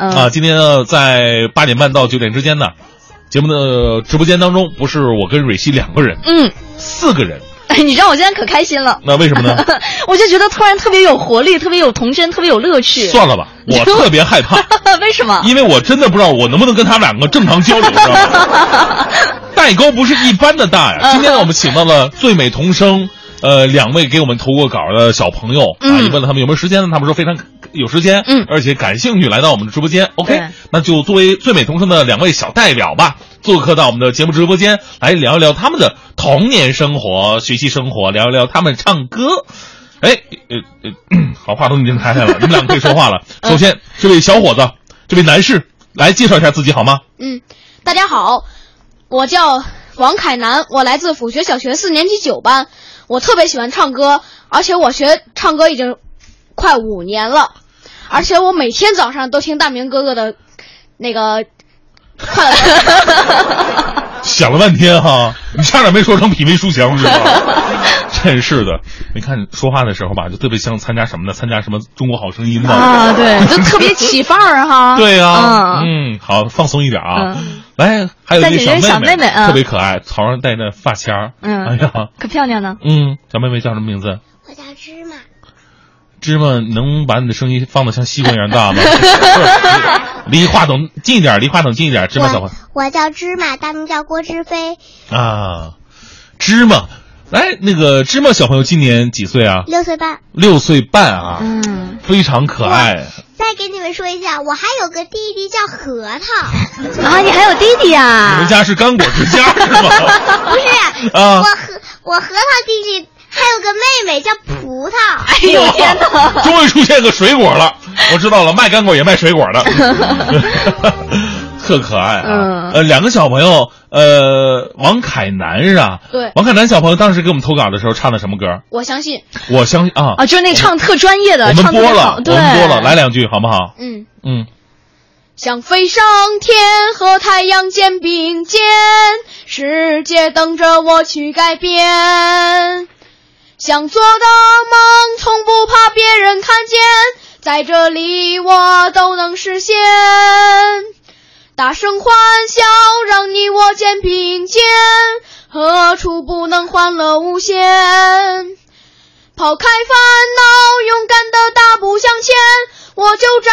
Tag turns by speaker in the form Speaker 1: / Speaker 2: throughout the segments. Speaker 1: 嗯
Speaker 2: 啊，今天呢，在八点半到九点之间呢，节目的直播间当中，不是我跟蕊希两个人，
Speaker 1: 嗯，
Speaker 2: 四个人。
Speaker 3: 哎
Speaker 1: 你知道我现在可开心了，
Speaker 2: 那为什 么呢？
Speaker 1: 我就觉得突然特别有活力，特别有童真，特别有乐趣。
Speaker 2: 算了吧，我特别害 怕，
Speaker 1: 为什么？
Speaker 2: 因为我真的不知道我能不能跟他们两个正常交流，知道吗？代沟不是一般的大 呀。今天呢，我们请到了最美童声。呃，两位给我们投过稿的小朋友、啊，
Speaker 1: 嗯
Speaker 2: 也问了他们有没有时间呢？他们说非常有时间，
Speaker 1: 嗯
Speaker 2: 而且感兴趣来到我们的直播间。OK，
Speaker 1: 对
Speaker 2: 那就作为最美童声的两位小代表吧，做客到我们的节目直播间，来聊一聊他们的童年生活、学习生活，聊一聊他们唱歌。哎，呃呃， 咳好，话筒已经开开了，你们两个可以说话 了。
Speaker 1: 嗯
Speaker 2: 首先，这位小伙子，这位男士，来介绍一下自己好吗？
Speaker 3: 嗯，大家好，我叫王凯南，我来自府学小学四年级九班，我特别喜欢唱歌，而且我学唱歌已经快五年了，而且我每天早上都听大明哥哥的那个快 乐。
Speaker 2: 想了半天哈，你差点没说成痞味书香是 吧？真是的，你看你说话的时候吧，就特别像参加什么呢？参加什么中国好声音呢？
Speaker 1: 啊，对，就特别起范儿哈。
Speaker 2: 对呀、
Speaker 1: 啊嗯，
Speaker 2: 嗯，好，放松一点啊。
Speaker 1: 嗯
Speaker 2: 来，还有
Speaker 1: 再
Speaker 2: 那
Speaker 1: 请这
Speaker 2: 小
Speaker 1: 小
Speaker 2: 妹
Speaker 1: 妹妹啊
Speaker 2: 特别可爱，头上戴着发卡儿。
Speaker 1: 嗯
Speaker 2: 哎呀，
Speaker 1: 可漂亮呢。
Speaker 2: 嗯，小妹妹叫什么名字？
Speaker 3: 我叫芝麻，
Speaker 2: 芝麻能把你的声音放得像西瓜一样 大吗？不是离话筒近一点，离话筒近一点，芝麻小朋
Speaker 3: 我叫芝麻，大名叫郭志飞，
Speaker 2: 友啊，芝麻，哎，那个芝麻小朋友今年几岁啊？
Speaker 3: 六岁半。
Speaker 2: 六岁半啊，
Speaker 1: 嗯，
Speaker 2: 非常可爱。
Speaker 3: 再给你们说一下，我还有个弟弟叫核 桃，
Speaker 1: 啊，你还有弟弟
Speaker 2: 你
Speaker 1: 呀
Speaker 2: 们？家是干果之家是吗？
Speaker 3: 不是
Speaker 2: 啊，
Speaker 3: 和我核桃弟弟还有个妹妹叫葡萄。
Speaker 1: 哎 呦
Speaker 2: 哇
Speaker 1: 天哪！
Speaker 2: 终于出现个水果 了，我知道了，卖干果也卖水果的， 特可爱啊
Speaker 1: 嗯！
Speaker 2: 呃，两个小朋友，呃，王凯南是吧？
Speaker 3: 对
Speaker 2: 王凯南小朋友当时给我们投稿的时候唱的什么歌？
Speaker 3: 我相信，
Speaker 2: 我相信啊，
Speaker 1: 啊，就是那唱特专业的，
Speaker 2: 我们
Speaker 1: 唱得
Speaker 2: 播
Speaker 1: 特别
Speaker 2: 了
Speaker 1: 好，
Speaker 2: 我
Speaker 1: 对，
Speaker 2: 们播了，来两句好不好？
Speaker 3: 嗯，
Speaker 2: 嗯，
Speaker 3: 想飞上天和太阳肩并肩，世界等着我去改变。想做的梦从不怕别人看见，在这里我都能实现。大声欢笑，让你我肩并肩，何处不能欢乐无限？抛开烦恼，勇敢的大步向前，我就站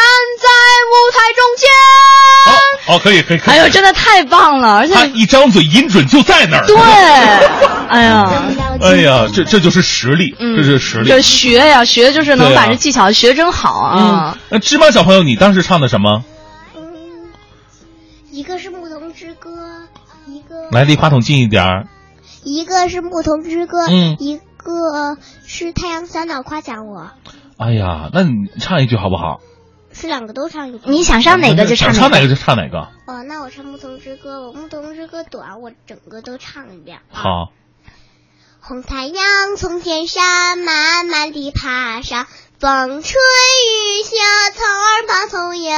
Speaker 2: 好，
Speaker 3: 在舞台中间。
Speaker 2: 哦好，可以，可以，可以。
Speaker 1: 哦哎呦，真的太棒了，而且
Speaker 2: 他一张嘴音准就在那儿。
Speaker 1: 对，哎呀。
Speaker 2: 哎呀，这这就是实力，这是实力
Speaker 1: 嗯就。学呀，学就是能
Speaker 2: 对啊
Speaker 1: 把这技巧学真好啊！
Speaker 2: 那芝麻小朋友，你当时唱的什么？
Speaker 3: 一个是《牧童之歌》，一个
Speaker 2: 来，离话筒近一点儿。
Speaker 3: 一个是《牧童之歌》
Speaker 2: 嗯
Speaker 3: 一个是《太阳三岛夸奖我
Speaker 2: 哎呀，那你唱一句好不好？》，
Speaker 3: 是两个都唱一遍。
Speaker 1: 你想上哪个就
Speaker 2: 想
Speaker 1: 唱
Speaker 2: 唱
Speaker 1: 哪
Speaker 2: 哪
Speaker 1: 个。
Speaker 2: 个就唱哪个。
Speaker 3: 哦，那我唱《牧童之歌》吧，《牧童之歌》短，我整个都唱一遍。
Speaker 2: 好，
Speaker 3: 红太阳从天上慢慢地爬上，风吹雨下，草儿爬葱油。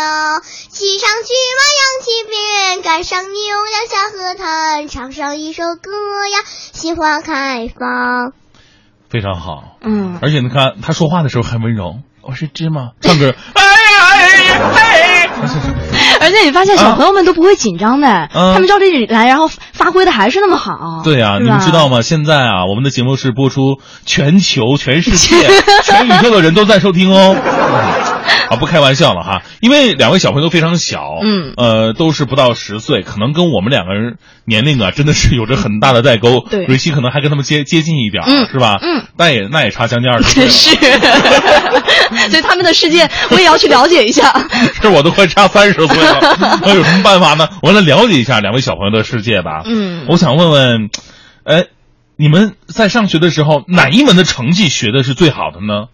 Speaker 3: 骑上骏马扬起鞭，赶上牛呀下河滩，唱上一首歌呀，心花开放。
Speaker 2: 非常好。
Speaker 1: 嗯，
Speaker 2: 而且你看他说话的时候很温柔。我是芝麻，唱 歌。哎呀哎呀哎呀！
Speaker 1: 而且你发现小朋友们都不会紧张的，
Speaker 2: 嗯
Speaker 1: 他们照这里来，然后发挥的还是那么好。
Speaker 2: 对呀、
Speaker 1: 哦是
Speaker 2: 你们
Speaker 1: 吧
Speaker 2: 知道吗？现在啊，我们的节目是播出全球、全世 界、全宇宙的人都在收听哦。啊，不开玩笑了哈，因为两位小朋友都非常小，
Speaker 1: 嗯
Speaker 2: 呃，都是不到十岁，可能跟我们两个人年龄啊，真的是有着很大的代沟。
Speaker 1: 对
Speaker 2: 蕊希可能还跟他们接接近一点儿，
Speaker 1: 嗯
Speaker 2: 是吧？
Speaker 1: 嗯，
Speaker 2: 那也那也差将近二十岁
Speaker 1: 真
Speaker 2: 了，
Speaker 1: 是，对他们的世界，我也要去了解一下。
Speaker 2: 这我都快差三十岁 了，那有什么办法呢？我来了解一下两位小朋友的世界吧。
Speaker 1: 嗯，
Speaker 2: 我想问问，哎，你们在上学的时候，哪一门的成绩学的是最好的呢？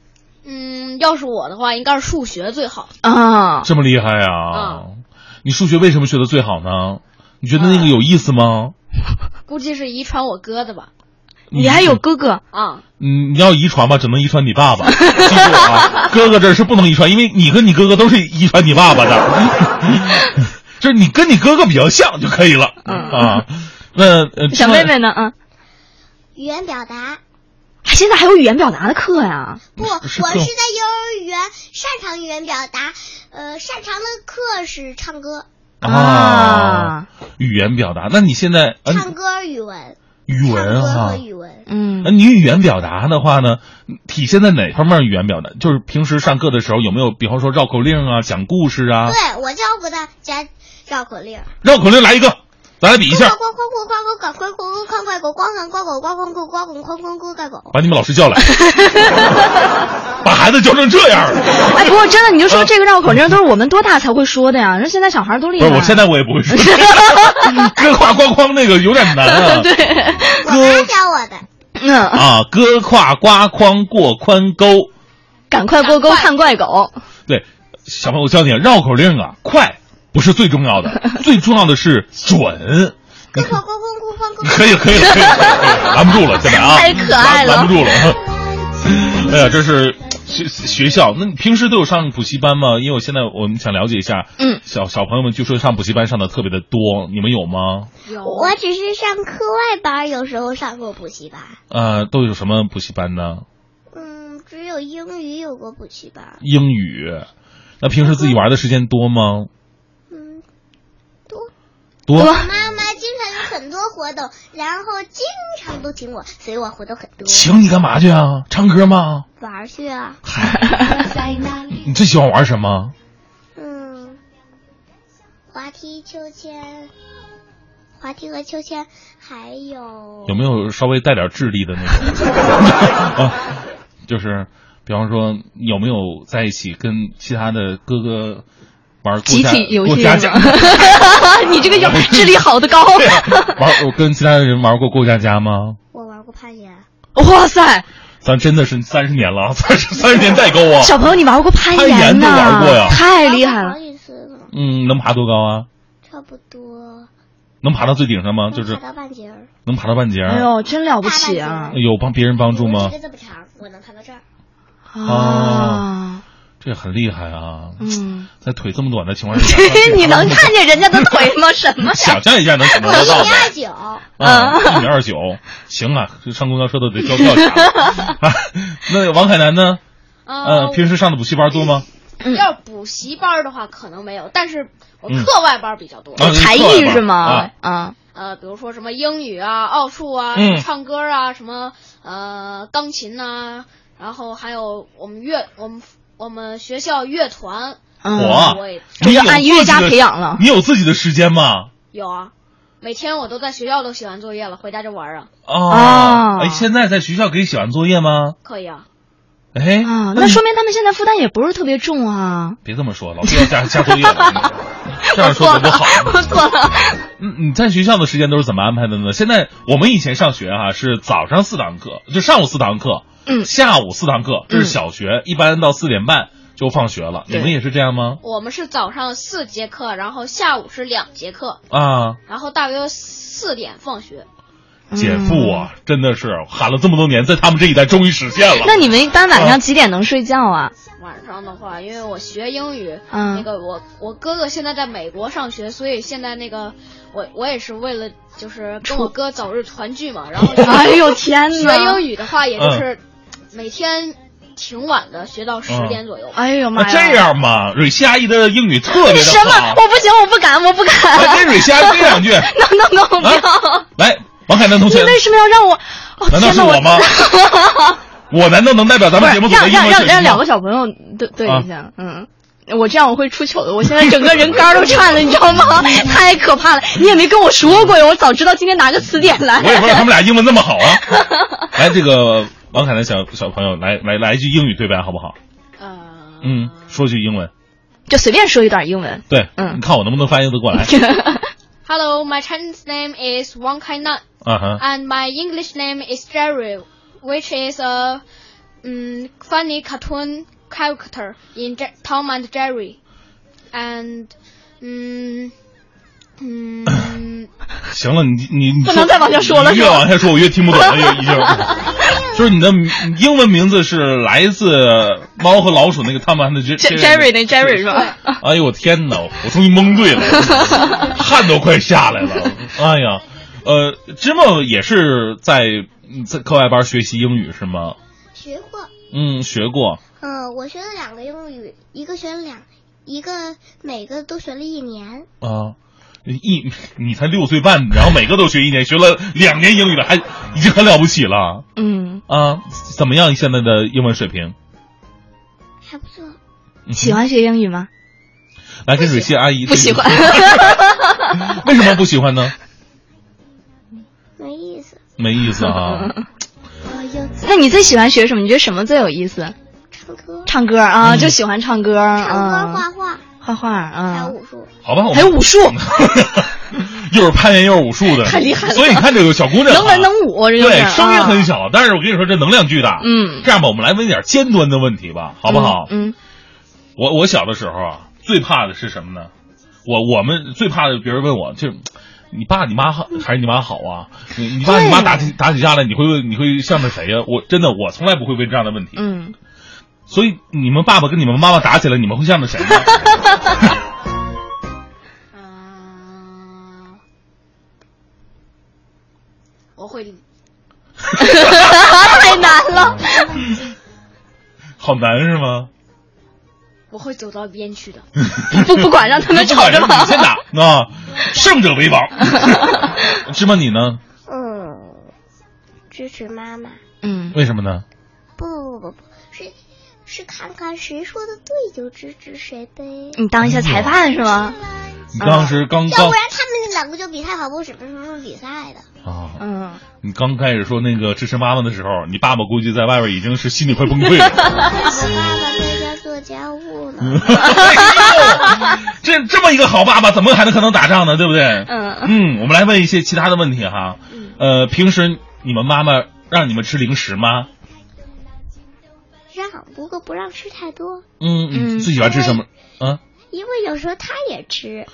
Speaker 3: 嗯，要是我的话，应该是数学最好。
Speaker 1: 啊，
Speaker 2: 这么厉害啊！
Speaker 1: 嗯
Speaker 2: 你数学为什么学的最好呢？你觉得那个有意思吗？
Speaker 3: 估计是遗传我哥的吧。
Speaker 1: 你嗯还有哥哥，
Speaker 3: 啊，
Speaker 2: 嗯，你要遗传吧，只能遗传你爸爸。记住 啊，哥哥这儿是不能遗传，因为你跟你哥哥都是遗传你爸爸 的，就是你跟你哥哥比较像就可以了、啊。那呃，
Speaker 1: 嗯小妹妹呢？啊，
Speaker 3: 语言表 达
Speaker 1: 现在还有语言表达的课呀。
Speaker 3: 不，
Speaker 2: 是
Speaker 3: 我
Speaker 2: 这
Speaker 3: 是
Speaker 2: 种
Speaker 3: 在幼儿园擅长语言表达，呃，擅长的课是唱歌，
Speaker 2: 啊，语言表达。那你现在嗯、
Speaker 3: 唱歌、语文，
Speaker 2: 语
Speaker 3: 唱
Speaker 2: 文啊
Speaker 3: 歌
Speaker 2: 哈、
Speaker 3: 和语文。
Speaker 2: 那
Speaker 4: 嗯，
Speaker 2: 你语言表达的话呢，体现在哪方面？语言表达就是平时上课的时候有没有，比方说绕口令啊、讲故事啊？
Speaker 3: 对，我教过大家绕口令儿。
Speaker 2: 绕口令来一个，咱俩比一
Speaker 3: 呱
Speaker 2: 下，
Speaker 3: 呱呱呱呱呱呱呱呱呱快狗，呱呱呱狗呱呱呱呱呱呱呱呱快狗。
Speaker 2: 把你们老师叫来，把孩子教成这样了。
Speaker 4: 哎，不过真的，你就
Speaker 2: 啊
Speaker 4: 说这个绕口令都是我们多大才会说的呀？人现在小孩儿都厉
Speaker 2: 不
Speaker 4: 害。
Speaker 2: 是，我现在我也不会说，歌跨框框那个有点难啊。
Speaker 4: 对，
Speaker 3: 我妈教我的，
Speaker 4: 嗯，
Speaker 2: 啊，歌跨瓜筐过宽沟。
Speaker 4: 赶快过沟看怪狗。
Speaker 2: 对，小朋友，我教你绕口令啊，快不是最重要的，最重要的是准。
Speaker 3: 快呱呱呱呱呱呱。
Speaker 2: 可以了，可以了，可以了，可以了拦不住了，现在啊，
Speaker 4: 太可爱了
Speaker 2: 拦拦不住了。哎呀，这是学学校，那你平时都有上补习班吗？因为我现在我们想了解一下，
Speaker 4: 嗯，
Speaker 2: 小小朋友们据说上补习班上的特别的多，你们有吗？
Speaker 3: 我只是上课外班，有时候上过补习班。
Speaker 2: 呃，都有什么补习班呢？
Speaker 3: 嗯，只有英语有过补习班。
Speaker 2: 英语，那平时自己玩的时间多吗？
Speaker 3: 嗯，
Speaker 2: 多
Speaker 3: 妈
Speaker 4: 多
Speaker 3: 妈经常有很多活动，然后经常都请我，所以我活动很多。
Speaker 2: 请你干嘛去啊？唱歌吗？
Speaker 3: 玩儿去啊，
Speaker 2: 你最喜欢玩什么？
Speaker 3: 嗯，滑梯、秋千，滑梯和秋千，还有
Speaker 2: 有没有稍微带点智力的那种？ 啊，就是，比方说，有没有在一起跟其他的哥哥玩过
Speaker 4: 集
Speaker 2: 家
Speaker 4: 体游
Speaker 2: 过
Speaker 4: 戏
Speaker 2: 家
Speaker 4: 是
Speaker 2: 家
Speaker 4: 吧？ 你这个就智力好的高，
Speaker 2: 对啊玩我跟其他的人玩过过家家吗？
Speaker 3: 我玩过攀岩，
Speaker 4: 哇塞！
Speaker 2: 咱真的是三十年了 啊，三十三十年代沟啊！
Speaker 4: 小朋友，你玩过攀
Speaker 2: 攀岩
Speaker 4: 呐？
Speaker 2: 都玩过呀
Speaker 4: 太厉害
Speaker 3: 玩过
Speaker 4: 了
Speaker 3: 好！几次了，
Speaker 2: 嗯，能爬多高啊？
Speaker 3: 差不多
Speaker 2: 能爬到最顶上吗？就
Speaker 3: 能
Speaker 2: 是
Speaker 3: 爬到半截儿，
Speaker 2: 能爬到半截儿？
Speaker 4: 哎呦，真了不起啊！
Speaker 2: 有帮别人帮助吗
Speaker 3: 这？个这么长，我能爬到这儿。
Speaker 4: 啊，
Speaker 2: 这很厉害啊！
Speaker 4: 嗯，，
Speaker 2: 在腿这么短的情况下
Speaker 4: 你能看见人家的腿吗？什么呀？
Speaker 2: 想象一下能怎么
Speaker 3: 我
Speaker 2: 得到
Speaker 3: 一
Speaker 2: 吗
Speaker 3: 米？二九，
Speaker 2: 啊，一米二九，行啊，这上公交车都得交票钱了啊。那王凯南呢？
Speaker 4: 嗯
Speaker 2: 呃，平时上的补习班多吗？
Speaker 1: 啊嗯要补习班的话可能没有，但是我
Speaker 2: 嗯
Speaker 1: 课外班比较多，
Speaker 2: 啊
Speaker 4: 才艺是吗
Speaker 2: 啊？
Speaker 4: 啊，
Speaker 1: 呃，比如说什么英语啊、奥数啊、
Speaker 2: 嗯
Speaker 1: 唱歌啊、什么呃钢琴呐、然后还有我们乐我们我们学校乐团，
Speaker 4: 嗯，
Speaker 2: 我啊
Speaker 1: 我也
Speaker 2: 你有
Speaker 4: 这就按
Speaker 2: 自己的
Speaker 4: 音乐家培养了
Speaker 2: 你有自己的时间吗？
Speaker 1: 有啊，每天我都在学校都写完作业了，回家就玩啊，
Speaker 2: 啊，
Speaker 4: 哦
Speaker 2: 哎，现在在学校可以写完作业吗？
Speaker 1: 可以啊，
Speaker 2: 哎，
Speaker 1: 嗯
Speaker 4: 啊，
Speaker 2: 你
Speaker 4: 那说明他们现在负担也不是特别重啊。
Speaker 2: 别这么说，老师要加加作业 了。这样说
Speaker 4: 错
Speaker 2: 可不
Speaker 4: 了
Speaker 2: 好。，
Speaker 4: 我错了。
Speaker 2: 嗯，你在学校的时间都是怎么安排的呢？现在我们以前上学啊，是早上四堂课，就上午四堂课，
Speaker 4: 嗯
Speaker 2: 下午四堂课，这是
Speaker 4: 嗯
Speaker 2: 小学，一般到四点半就放学了。你
Speaker 4: 对
Speaker 2: 们也是这样吗？
Speaker 1: 我们是早上四节课，然后下午是两节课，
Speaker 2: 啊，
Speaker 1: 然后大约四点放学。
Speaker 4: 嗯
Speaker 2: 姐夫啊，真的是喊了这么多年，在他们这一代终于实现了。
Speaker 4: 那你们一般晚上几点能睡觉啊？
Speaker 1: 晚上的话，因为我学英语，
Speaker 4: 嗯
Speaker 1: 那个我我哥哥现在在美国上学，所以现在那个我我也是为了就是跟我哥早日团聚嘛，然后
Speaker 4: 哎呦天
Speaker 1: 学
Speaker 4: 哪！
Speaker 1: 英语的话，也就是每天挺晚的，学到十
Speaker 2: 嗯
Speaker 1: 点左右。
Speaker 4: 哎呦妈
Speaker 2: 那啊
Speaker 4: 呀！
Speaker 2: 这样吧，蕊希阿姨的英语特别的
Speaker 4: 什么？
Speaker 2: 好。啊
Speaker 4: 我不行，我不敢，我不敢。
Speaker 2: 来跟蕊希阿姨说 两句。
Speaker 4: no no
Speaker 2: 啊
Speaker 4: no，不要！
Speaker 2: 来，王凯南同
Speaker 4: 你
Speaker 2: 学，
Speaker 4: 为什么要让我？ 哦
Speaker 2: 难道
Speaker 4: 天
Speaker 2: 是
Speaker 4: 哪，
Speaker 2: 我吗？我难道能代表咱
Speaker 4: 不
Speaker 2: 们
Speaker 4: 是
Speaker 2: 节目组
Speaker 4: 让
Speaker 2: 的英
Speaker 4: 让
Speaker 2: 文
Speaker 4: 让
Speaker 2: 水
Speaker 4: 让
Speaker 2: 平
Speaker 4: 两
Speaker 2: 吗
Speaker 4: 个？小朋友对对
Speaker 2: 啊
Speaker 4: 一下，嗯。我这样我会出糗的，我现在整个人肝儿都颤了，你知道吗？太可怕了！你也没跟我说过呀，我早知道今天拿个词典来
Speaker 2: 我。也不知道他们俩英文那么好 啊。来，这个王凯南小小朋友，来来来一句英语对白好不好？
Speaker 1: 呃，
Speaker 2: 嗯，说句英文。
Speaker 4: 就随便说一段英文。
Speaker 2: 对，
Speaker 4: 嗯
Speaker 2: 你看我能不能翻译得过来？
Speaker 1: ，Hello, my Chinese name is Wang Kainan,
Speaker 2: 啊哈。
Speaker 1: and my English name is Jerry, which is a um, funny cartoon character in Je- Tom and Jerry, and um, um,
Speaker 2: 行了，你你你
Speaker 4: 不
Speaker 2: 说
Speaker 4: 能再往下说了
Speaker 2: 你
Speaker 4: 是
Speaker 2: 越
Speaker 4: 吧
Speaker 2: 往下说我越听不懂了， 越已经。就是你的英文名字是来自《猫和老鼠》那个他们的
Speaker 4: Jer- Jerry 那 Jerry 是吧？
Speaker 2: 哎呦我天哪，我终于蒙对了，汗都快下来了。哎呀，呃，芝麻也是在在课外班学习英语是吗？
Speaker 3: 学过。
Speaker 2: 嗯，学过。
Speaker 3: 嗯，我学了两个英语，一个学了两，一个每个都学了一年，
Speaker 2: 啊，一你才六岁半，然后每个都学一年，学了两年英语了，还已经很了不起了
Speaker 4: 嗯，
Speaker 2: 啊！怎么样现在的英文水平？
Speaker 3: 还不错。
Speaker 2: 嗯
Speaker 4: 喜欢学英语吗？
Speaker 2: 来跟蕊希阿姨
Speaker 4: 不喜 欢，
Speaker 2: 为什么不喜欢呢？
Speaker 3: 没意思。哎
Speaker 2: 没意思 啊！
Speaker 3: 我又
Speaker 4: 那你最喜欢学什么？你觉得什么最有意思？
Speaker 3: 唱歌、
Speaker 4: 唱歌啊，
Speaker 2: 嗯
Speaker 4: 就喜欢唱歌，
Speaker 3: 唱歌、哎
Speaker 4: 啊，
Speaker 3: 画画，
Speaker 4: 画画
Speaker 3: 还
Speaker 4: 啊
Speaker 3: 有，武术。
Speaker 2: 好吧，我
Speaker 4: 还有
Speaker 2: 们
Speaker 4: 武术，
Speaker 2: 又是攀岩又是武术的，
Speaker 4: 太厉害了
Speaker 2: 所以你看这个小姑娘啊，
Speaker 4: 能文能武，这就是
Speaker 2: 对，声音
Speaker 4: 啊
Speaker 2: 很小，但是我跟你说这能量巨大。
Speaker 4: 嗯，
Speaker 2: 这样吧，我们来问一点尖端的问题吧，好不好？
Speaker 4: 嗯，
Speaker 2: 我我小的时候啊，最怕的是什么呢？我我们最怕的，别人问我，就是你爸你妈好还是你妈好啊？你你爸
Speaker 4: 对
Speaker 2: 你妈打起打起架来，你会问你会向着谁呀、我真的我从来不会问这样的问题。
Speaker 4: 嗯，
Speaker 2: 所以你们爸爸跟你们妈妈打起来，你们会向着 谁呢？
Speaker 1: 嗯，我会
Speaker 4: 太难了，
Speaker 2: 好难是吗？
Speaker 1: 我会走到一边去的。
Speaker 4: 不不管让他们
Speaker 2: 不
Speaker 4: 吵
Speaker 2: 管
Speaker 4: 着
Speaker 2: 是你
Speaker 4: 吧，
Speaker 2: 先打， 那胜者为王。芝麻你呢？
Speaker 3: 嗯，支持妈妈。
Speaker 4: 嗯，
Speaker 2: 为什么呢？
Speaker 3: 不不不不，是是看看谁说的对就支持谁呗。
Speaker 2: 嗯
Speaker 4: 你当一下裁判是吗？
Speaker 2: 你当时刚
Speaker 3: 啊要
Speaker 2: 刚
Speaker 3: 不然他们两个就比赛跑步什么什么比赛的。
Speaker 2: 啊，
Speaker 4: 嗯，
Speaker 2: 你刚开始说那个支持妈妈的时候，你爸爸估计在外边已经是心里快崩溃了。
Speaker 3: 我爸爸在家做家务呢。
Speaker 2: 嗯哎呦这这么一个好爸爸，怎么还能可能打仗呢？对不对？
Speaker 4: 嗯
Speaker 2: 嗯，我们来问一些其他的问题哈。呃，平时你们妈妈让你们吃零食吗？
Speaker 3: 让，不过不让吃太多，
Speaker 2: 嗯，你
Speaker 4: 嗯
Speaker 2: 最喜欢吃什么？啊
Speaker 3: 因为有时候他也吃。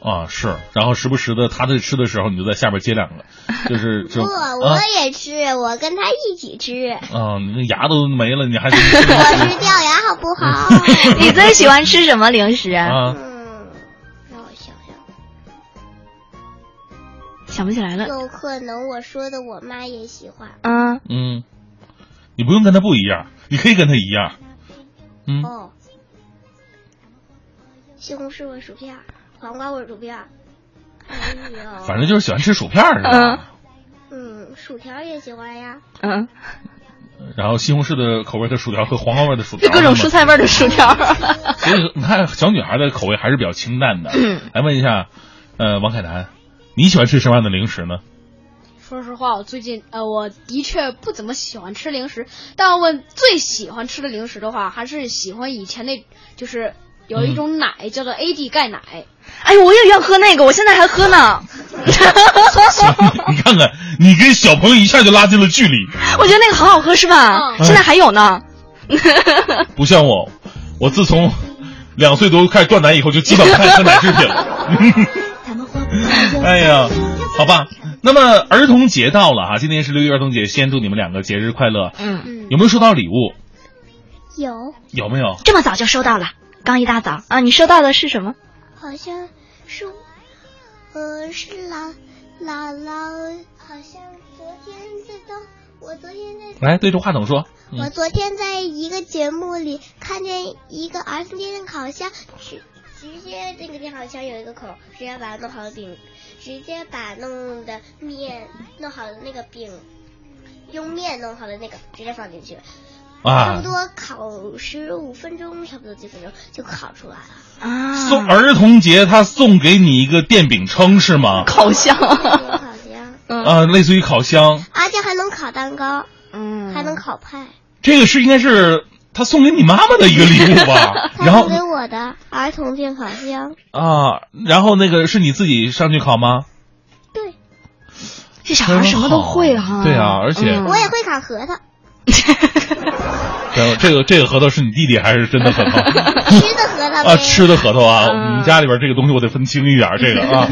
Speaker 2: 啊是，然后时不时的他在吃的时候，你就在下边接两个， 就是
Speaker 3: 不，
Speaker 2: 就
Speaker 3: 我
Speaker 2: 啊
Speaker 3: 也吃，我跟他一起吃。
Speaker 2: 啊，你那牙都没了，你还得吃 零
Speaker 3: 我
Speaker 2: 食
Speaker 3: 是掉牙好不好？
Speaker 4: 你最喜欢吃什么零食？
Speaker 2: 啊？
Speaker 3: 嗯，让我想想，
Speaker 4: 想不起来了，
Speaker 3: 有可能我说的我妈也喜欢。
Speaker 4: 嗯，
Speaker 2: 嗯，你不用跟他不一样，你可以跟他一样。嗯，
Speaker 3: 哦，西红柿味薯片，黄瓜味薯片，哎还有，
Speaker 2: 反正就是喜欢吃薯片儿是吧？
Speaker 3: 嗯，薯条也喜欢呀。
Speaker 4: 嗯，
Speaker 2: 然后西红柿的口味的薯条和黄瓜味的薯
Speaker 4: 就
Speaker 2: 条，
Speaker 4: 各种蔬
Speaker 2: 是吗。
Speaker 4: 菜味儿的薯条，
Speaker 2: 所以你看，小女孩的口味还是比较清淡的。
Speaker 4: 嗯
Speaker 2: 来问一下，呃，王凯南，你喜欢吃什么样的零食呢？
Speaker 1: 说实话，我最近呃，我的确不怎么喜欢吃零食，但我最喜欢吃的零食的话，还是喜欢以前那，就是有
Speaker 4: 嗯
Speaker 1: 一种奶、叫做 AD 钙奶，
Speaker 4: 哎呦，我也要喝那个，我现在还喝 呢，
Speaker 2: 你看看，你跟小朋友一下就拉近了距离，
Speaker 4: 我觉得那个好好喝是吧？
Speaker 1: 嗯
Speaker 4: 现在还有呢，
Speaker 2: 不像我，我自从两岁多开始断奶以后，就基本不太喝奶制品了。 哎呀，好吧，那么儿童节到了哈、今天是六一儿童节，先祝你们两个节日快乐。
Speaker 4: 嗯，
Speaker 2: 有没有收到礼物？
Speaker 3: 有，
Speaker 2: 有没有？
Speaker 4: 这么早就收到了，刚一大早啊，你收到的是什么？
Speaker 3: 好像是，呃，是姥姥姥，好像昨天在当，我昨天在，
Speaker 2: 来，对着话筒说。嗯
Speaker 3: 我昨天在一个节目里看见一个儿童电烤箱，直直接那个电烤箱有一个口，直接把它弄好的饼，直接把弄的面弄好的那个饼，用面弄好的那个直接放进去，差
Speaker 2: 啊
Speaker 3: 不，多烤十五分钟，差不多几分钟就烤出来 了。
Speaker 4: 啊，
Speaker 2: 送儿童节他送给你一个电饼铛是吗？
Speaker 4: 烤箱，
Speaker 3: 有烤箱，
Speaker 2: 啊，类似于烤箱，
Speaker 3: 而啊且还能烤蛋糕。
Speaker 4: 嗯，
Speaker 3: 还能烤派，
Speaker 2: 这个是应该是他送给你妈妈的一个礼物 吧？
Speaker 3: 他
Speaker 2: 然后
Speaker 3: 送给我的儿童电烤箱。
Speaker 2: 啊，然后那个是你自己上去烤吗？
Speaker 3: 对，
Speaker 4: 这小孩什么都会哈、
Speaker 2: 对啊而且
Speaker 4: 嗯
Speaker 3: 我也会烤核桃，
Speaker 2: 然后呃这个这个核桃是你弟弟还是真的核 桃？
Speaker 3: 吃的核桃呗。
Speaker 2: 啊，吃的核桃啊，我
Speaker 4: 嗯
Speaker 2: 们家里边这个东西我得分清一点，这个 啊，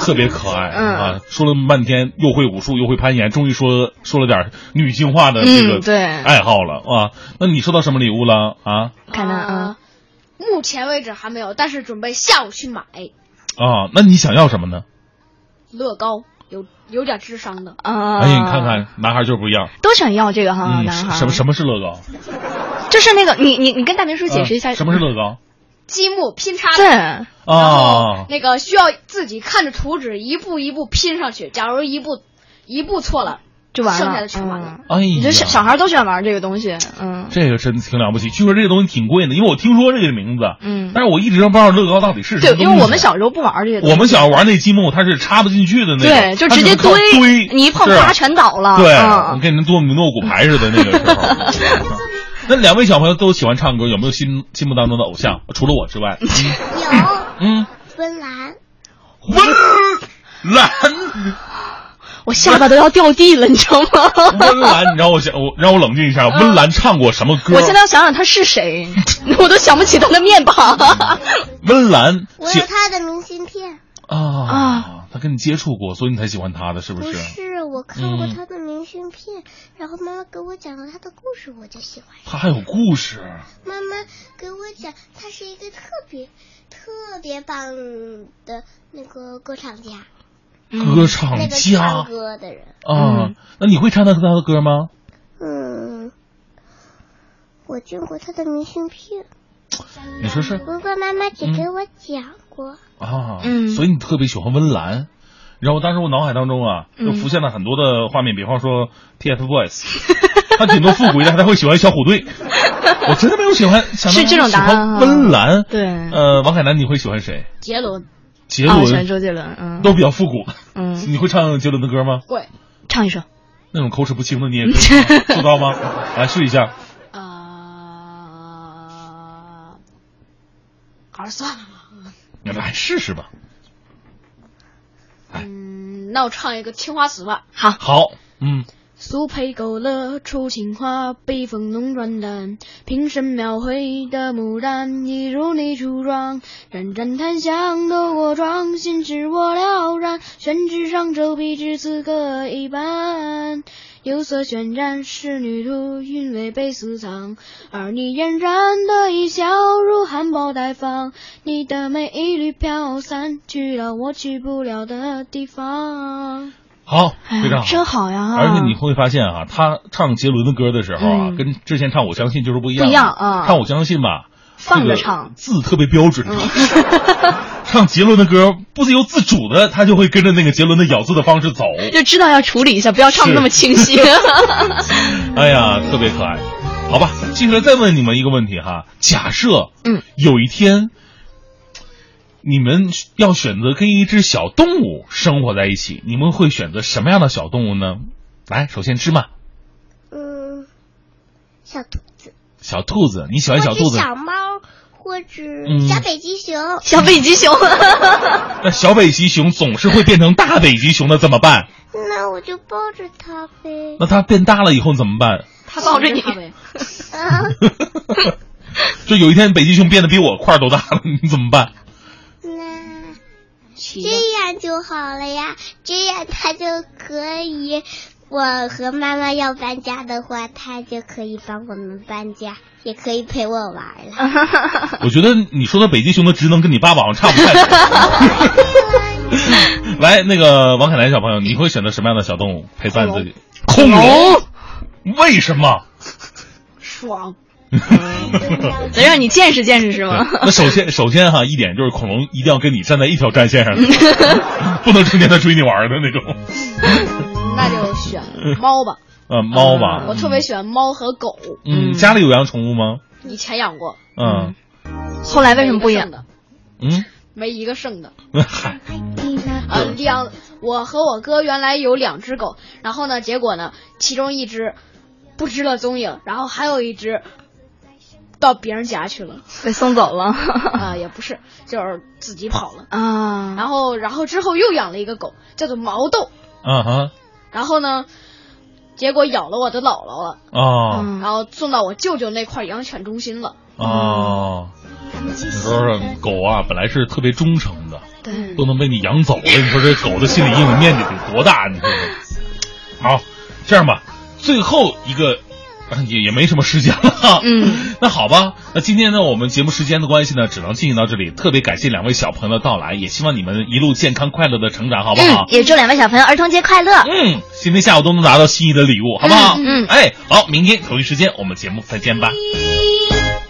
Speaker 2: 特别可爱
Speaker 4: 嗯
Speaker 2: 啊。说了半天，又会武术，又会攀岩，终于说说了点女性化的这
Speaker 4: 嗯，
Speaker 2: 个
Speaker 4: 对，
Speaker 2: 爱好了啊。那你收到什么礼物了啊？
Speaker 4: 看看啊
Speaker 1: 呃，目前为止还没有，但是准备下午去买
Speaker 2: 啊，那你想要什么呢？
Speaker 1: 乐高，有有点智商的，
Speaker 4: 啊，
Speaker 2: 哎呀，你看，看，男孩就是不一样。
Speaker 4: 都想要这个哈，
Speaker 2: 嗯，
Speaker 4: 男孩
Speaker 2: 什么什么是乐高？呃
Speaker 4: 就是那个你你你跟大明叔解释一下，
Speaker 2: 嗯啊什么是乐高？
Speaker 1: 积木拼插
Speaker 4: 对
Speaker 1: 的。，然后
Speaker 2: 哦，
Speaker 1: 那个需要自己看着图纸一步一步拼上去。假如一步一步错了，
Speaker 4: 就完了，
Speaker 1: 剩下的全完了。
Speaker 4: 嗯
Speaker 2: 哎
Speaker 4: 你
Speaker 2: 呀，
Speaker 4: 这小小孩都喜欢玩这个东西，嗯
Speaker 2: 这个真挺了不起。据说这个东西挺贵的，因为我听说这个名字，
Speaker 4: 嗯，
Speaker 2: 但是我一直都不知道乐高到底是什
Speaker 4: 对
Speaker 2: 么，
Speaker 4: 因为我们
Speaker 2: 小
Speaker 4: 小时候不玩这些东
Speaker 2: 我
Speaker 4: 西，
Speaker 2: 们小时候玩那积木，它是插不进去的那种，
Speaker 4: 对，就
Speaker 2: 它
Speaker 4: 直接
Speaker 2: 是靠堆，
Speaker 4: 你一碰
Speaker 2: 是啊
Speaker 4: 啪全倒了，
Speaker 2: 对，我
Speaker 4: 嗯
Speaker 2: 跟人多米诺骨牌似的那个时 候。那两位小朋友都喜欢唱歌，有没有心心目当中的偶像？除了我之 外，
Speaker 3: 有
Speaker 2: 嗯，
Speaker 3: 芬兰，
Speaker 2: 温岚，
Speaker 4: 我下巴都要掉地了，你知道吗？
Speaker 2: 温岚，你让我想，我让我冷静一下，温岚唱过什么歌？
Speaker 4: 嗯我现在要想想他是谁，我都想不起他的面庞。
Speaker 2: 温岚
Speaker 3: 我
Speaker 2: 喜
Speaker 3: 有他的明信片，
Speaker 2: 啊，他跟你接触过，所以你才喜欢他的，是嗯不是？
Speaker 3: 不是我看过
Speaker 2: 嗯
Speaker 3: 他的明信片，然后妈妈给我讲了他的故事，我就喜欢上。
Speaker 2: 他还有故事，
Speaker 3: 妈妈给我讲，他是一个特别特别棒的那个歌唱家，
Speaker 2: 歌唱
Speaker 3: 那个唱
Speaker 2: 家
Speaker 3: 歌的人。
Speaker 2: 啊
Speaker 4: 嗯。
Speaker 2: 那你会唱他他的歌吗？
Speaker 3: 嗯，我见过他的明信片，
Speaker 2: 你说是
Speaker 3: 不过妈妈只给
Speaker 2: 嗯
Speaker 3: 我讲过。
Speaker 2: 啊，
Speaker 4: 嗯
Speaker 2: 所以你特别喜欢温岚。然后当时我脑海当中啊，就
Speaker 4: 嗯
Speaker 2: 浮现了很多的画面，比方说 TFBOYS，他挺多复古一点，他会喜欢小虎队。我真的没有喜欢，想到
Speaker 4: 是这种答案
Speaker 2: 喜
Speaker 4: 哈
Speaker 2: 欢温岚。
Speaker 4: 对
Speaker 2: 呃，王海南你会喜欢谁？
Speaker 1: 杰伦
Speaker 2: 杰
Speaker 4: 啊，我喜欢
Speaker 2: 伦
Speaker 4: 周杰伦，嗯
Speaker 2: 都比较复古。
Speaker 4: 嗯，
Speaker 2: 你会唱杰伦的歌吗？
Speaker 1: 会，
Speaker 4: 唱一首，
Speaker 2: 那种口齿不清的你也可
Speaker 4: 嗯
Speaker 2: 以做到吗？来试一下。
Speaker 1: 呃，还是算了吧。
Speaker 2: 你来试试吧。
Speaker 1: 嗯，那我唱一个《青花瓷》吧。
Speaker 4: 好，
Speaker 2: 好，嗯，
Speaker 1: 素胚勾勒出青花，北风弄转淡。瓶身描绘的牡丹，一如你初妆。冉冉檀香透过窗，心事我了然。宣纸上皱笔至此各一半。釉色渲染仕女图，韵味被私藏。而你嫣然的一笑，如含苞待放。你的美一缕飘散，去了我去不了的地方。
Speaker 2: 好，
Speaker 4: 哎
Speaker 2: 非常
Speaker 4: 呀，
Speaker 2: 好。
Speaker 4: 真好呀！
Speaker 2: 而且你会发现啊，他唱杰伦的歌的时候啊，
Speaker 4: 嗯
Speaker 2: 跟之前唱《我相信》就是不一样。
Speaker 4: 不一样啊
Speaker 2: 唱《我相信》吧，
Speaker 4: 放着
Speaker 2: 这个
Speaker 4: 唱嗯
Speaker 2: 字特别标准。 唱杰伦的歌，不自由自主的，他就会跟着那个杰伦的咬字的方式走。
Speaker 4: 就知道要处理一下，不要唱的那么清晰。 嗯
Speaker 2: 哎呀，特别可爱。好吧，记者再问你们一个问题哈，假设
Speaker 4: 嗯
Speaker 2: 有一天。你们要选择跟一只小动物生活在一起，你们会选择什么样的小动物呢？来，首先芝麻，
Speaker 3: 嗯，小兔子，
Speaker 2: 小兔子，你喜欢
Speaker 3: 或
Speaker 2: 哎小
Speaker 3: 者
Speaker 2: 兔子？
Speaker 3: 小猫，或者
Speaker 2: 嗯
Speaker 3: 小北极熊。
Speaker 4: 小北 极熊，
Speaker 2: 那小北极熊总是会变成大北极熊的，怎么办？
Speaker 3: 那我就抱着它 呗。
Speaker 2: 那它变大了以后怎么办？
Speaker 1: 他
Speaker 4: 抱着你
Speaker 3: 啊，
Speaker 2: 就有一天北极熊变得比我块儿都大了，你怎么办？
Speaker 3: 那
Speaker 1: 骑着
Speaker 3: 这样就好了呀，这样它就可以。我和妈妈要搬家的话，它就可以帮我们搬家，也可以陪我玩了。
Speaker 2: 啊我觉得你说的北极熊的职能跟你爸爸好像差不太多。 来，那个王凯南小朋友，你会选择什么样的小动物陪伴自己？恐
Speaker 4: 哦
Speaker 2: 龙？为什么？
Speaker 1: 爽。
Speaker 4: 能让你见识见识是吗？
Speaker 2: 那首先，首先哈，一点就是恐龙一定要跟你站在一条战线上 的，不能成天的追你玩儿的那种。
Speaker 1: 那就选猫吧。
Speaker 2: 呃，猫吧，
Speaker 1: 嗯我特别喜欢猫和狗，
Speaker 2: 嗯，
Speaker 4: 嗯
Speaker 2: 家里有养宠物吗？
Speaker 1: 以前养过，
Speaker 2: 嗯
Speaker 4: 后来哎为什么不养？
Speaker 1: 的？
Speaker 2: 嗯，
Speaker 1: 没一个剩的。
Speaker 2: 嗨，
Speaker 3: 嗯
Speaker 1: 呃，两，我和我哥原来有两只狗，然后呢，结果呢，其中一只不知了踪影，然后还有一只到别人家去 了，
Speaker 4: 被送走了
Speaker 1: 啊、也不是，就是自己跑了。
Speaker 4: 啊？
Speaker 1: 然后，然后之后又养了一个狗，叫做毛豆，
Speaker 2: 啊哈，
Speaker 1: 然后呢，结果咬了我的姥姥了，
Speaker 2: 哦
Speaker 4: 嗯
Speaker 1: 然后送到我舅舅那块养犬中心了。
Speaker 2: 哦，你说说，狗啊，本来是特别忠诚的，
Speaker 1: 嗯
Speaker 4: 对，
Speaker 2: 都能被你养走了，你说这狗的心理阴影面积得多大？你说说。好，这样吧，最后一个。啊也也没什么时间了哈，
Speaker 4: 嗯，
Speaker 2: 那好吧，那今天呢，我们节目时间的关系呢，只能进行到这里。特别感谢两位小朋友的到来，也希望你们一路健康快乐的成长，好不好
Speaker 4: 嗯，？也祝两位小朋友儿童节快乐。
Speaker 2: 嗯，今天下午都能拿到心仪的礼物，好不好？
Speaker 4: 嗯嗯嗯
Speaker 2: 哎，好，明天同一时间我们节目再见吧。
Speaker 3: 一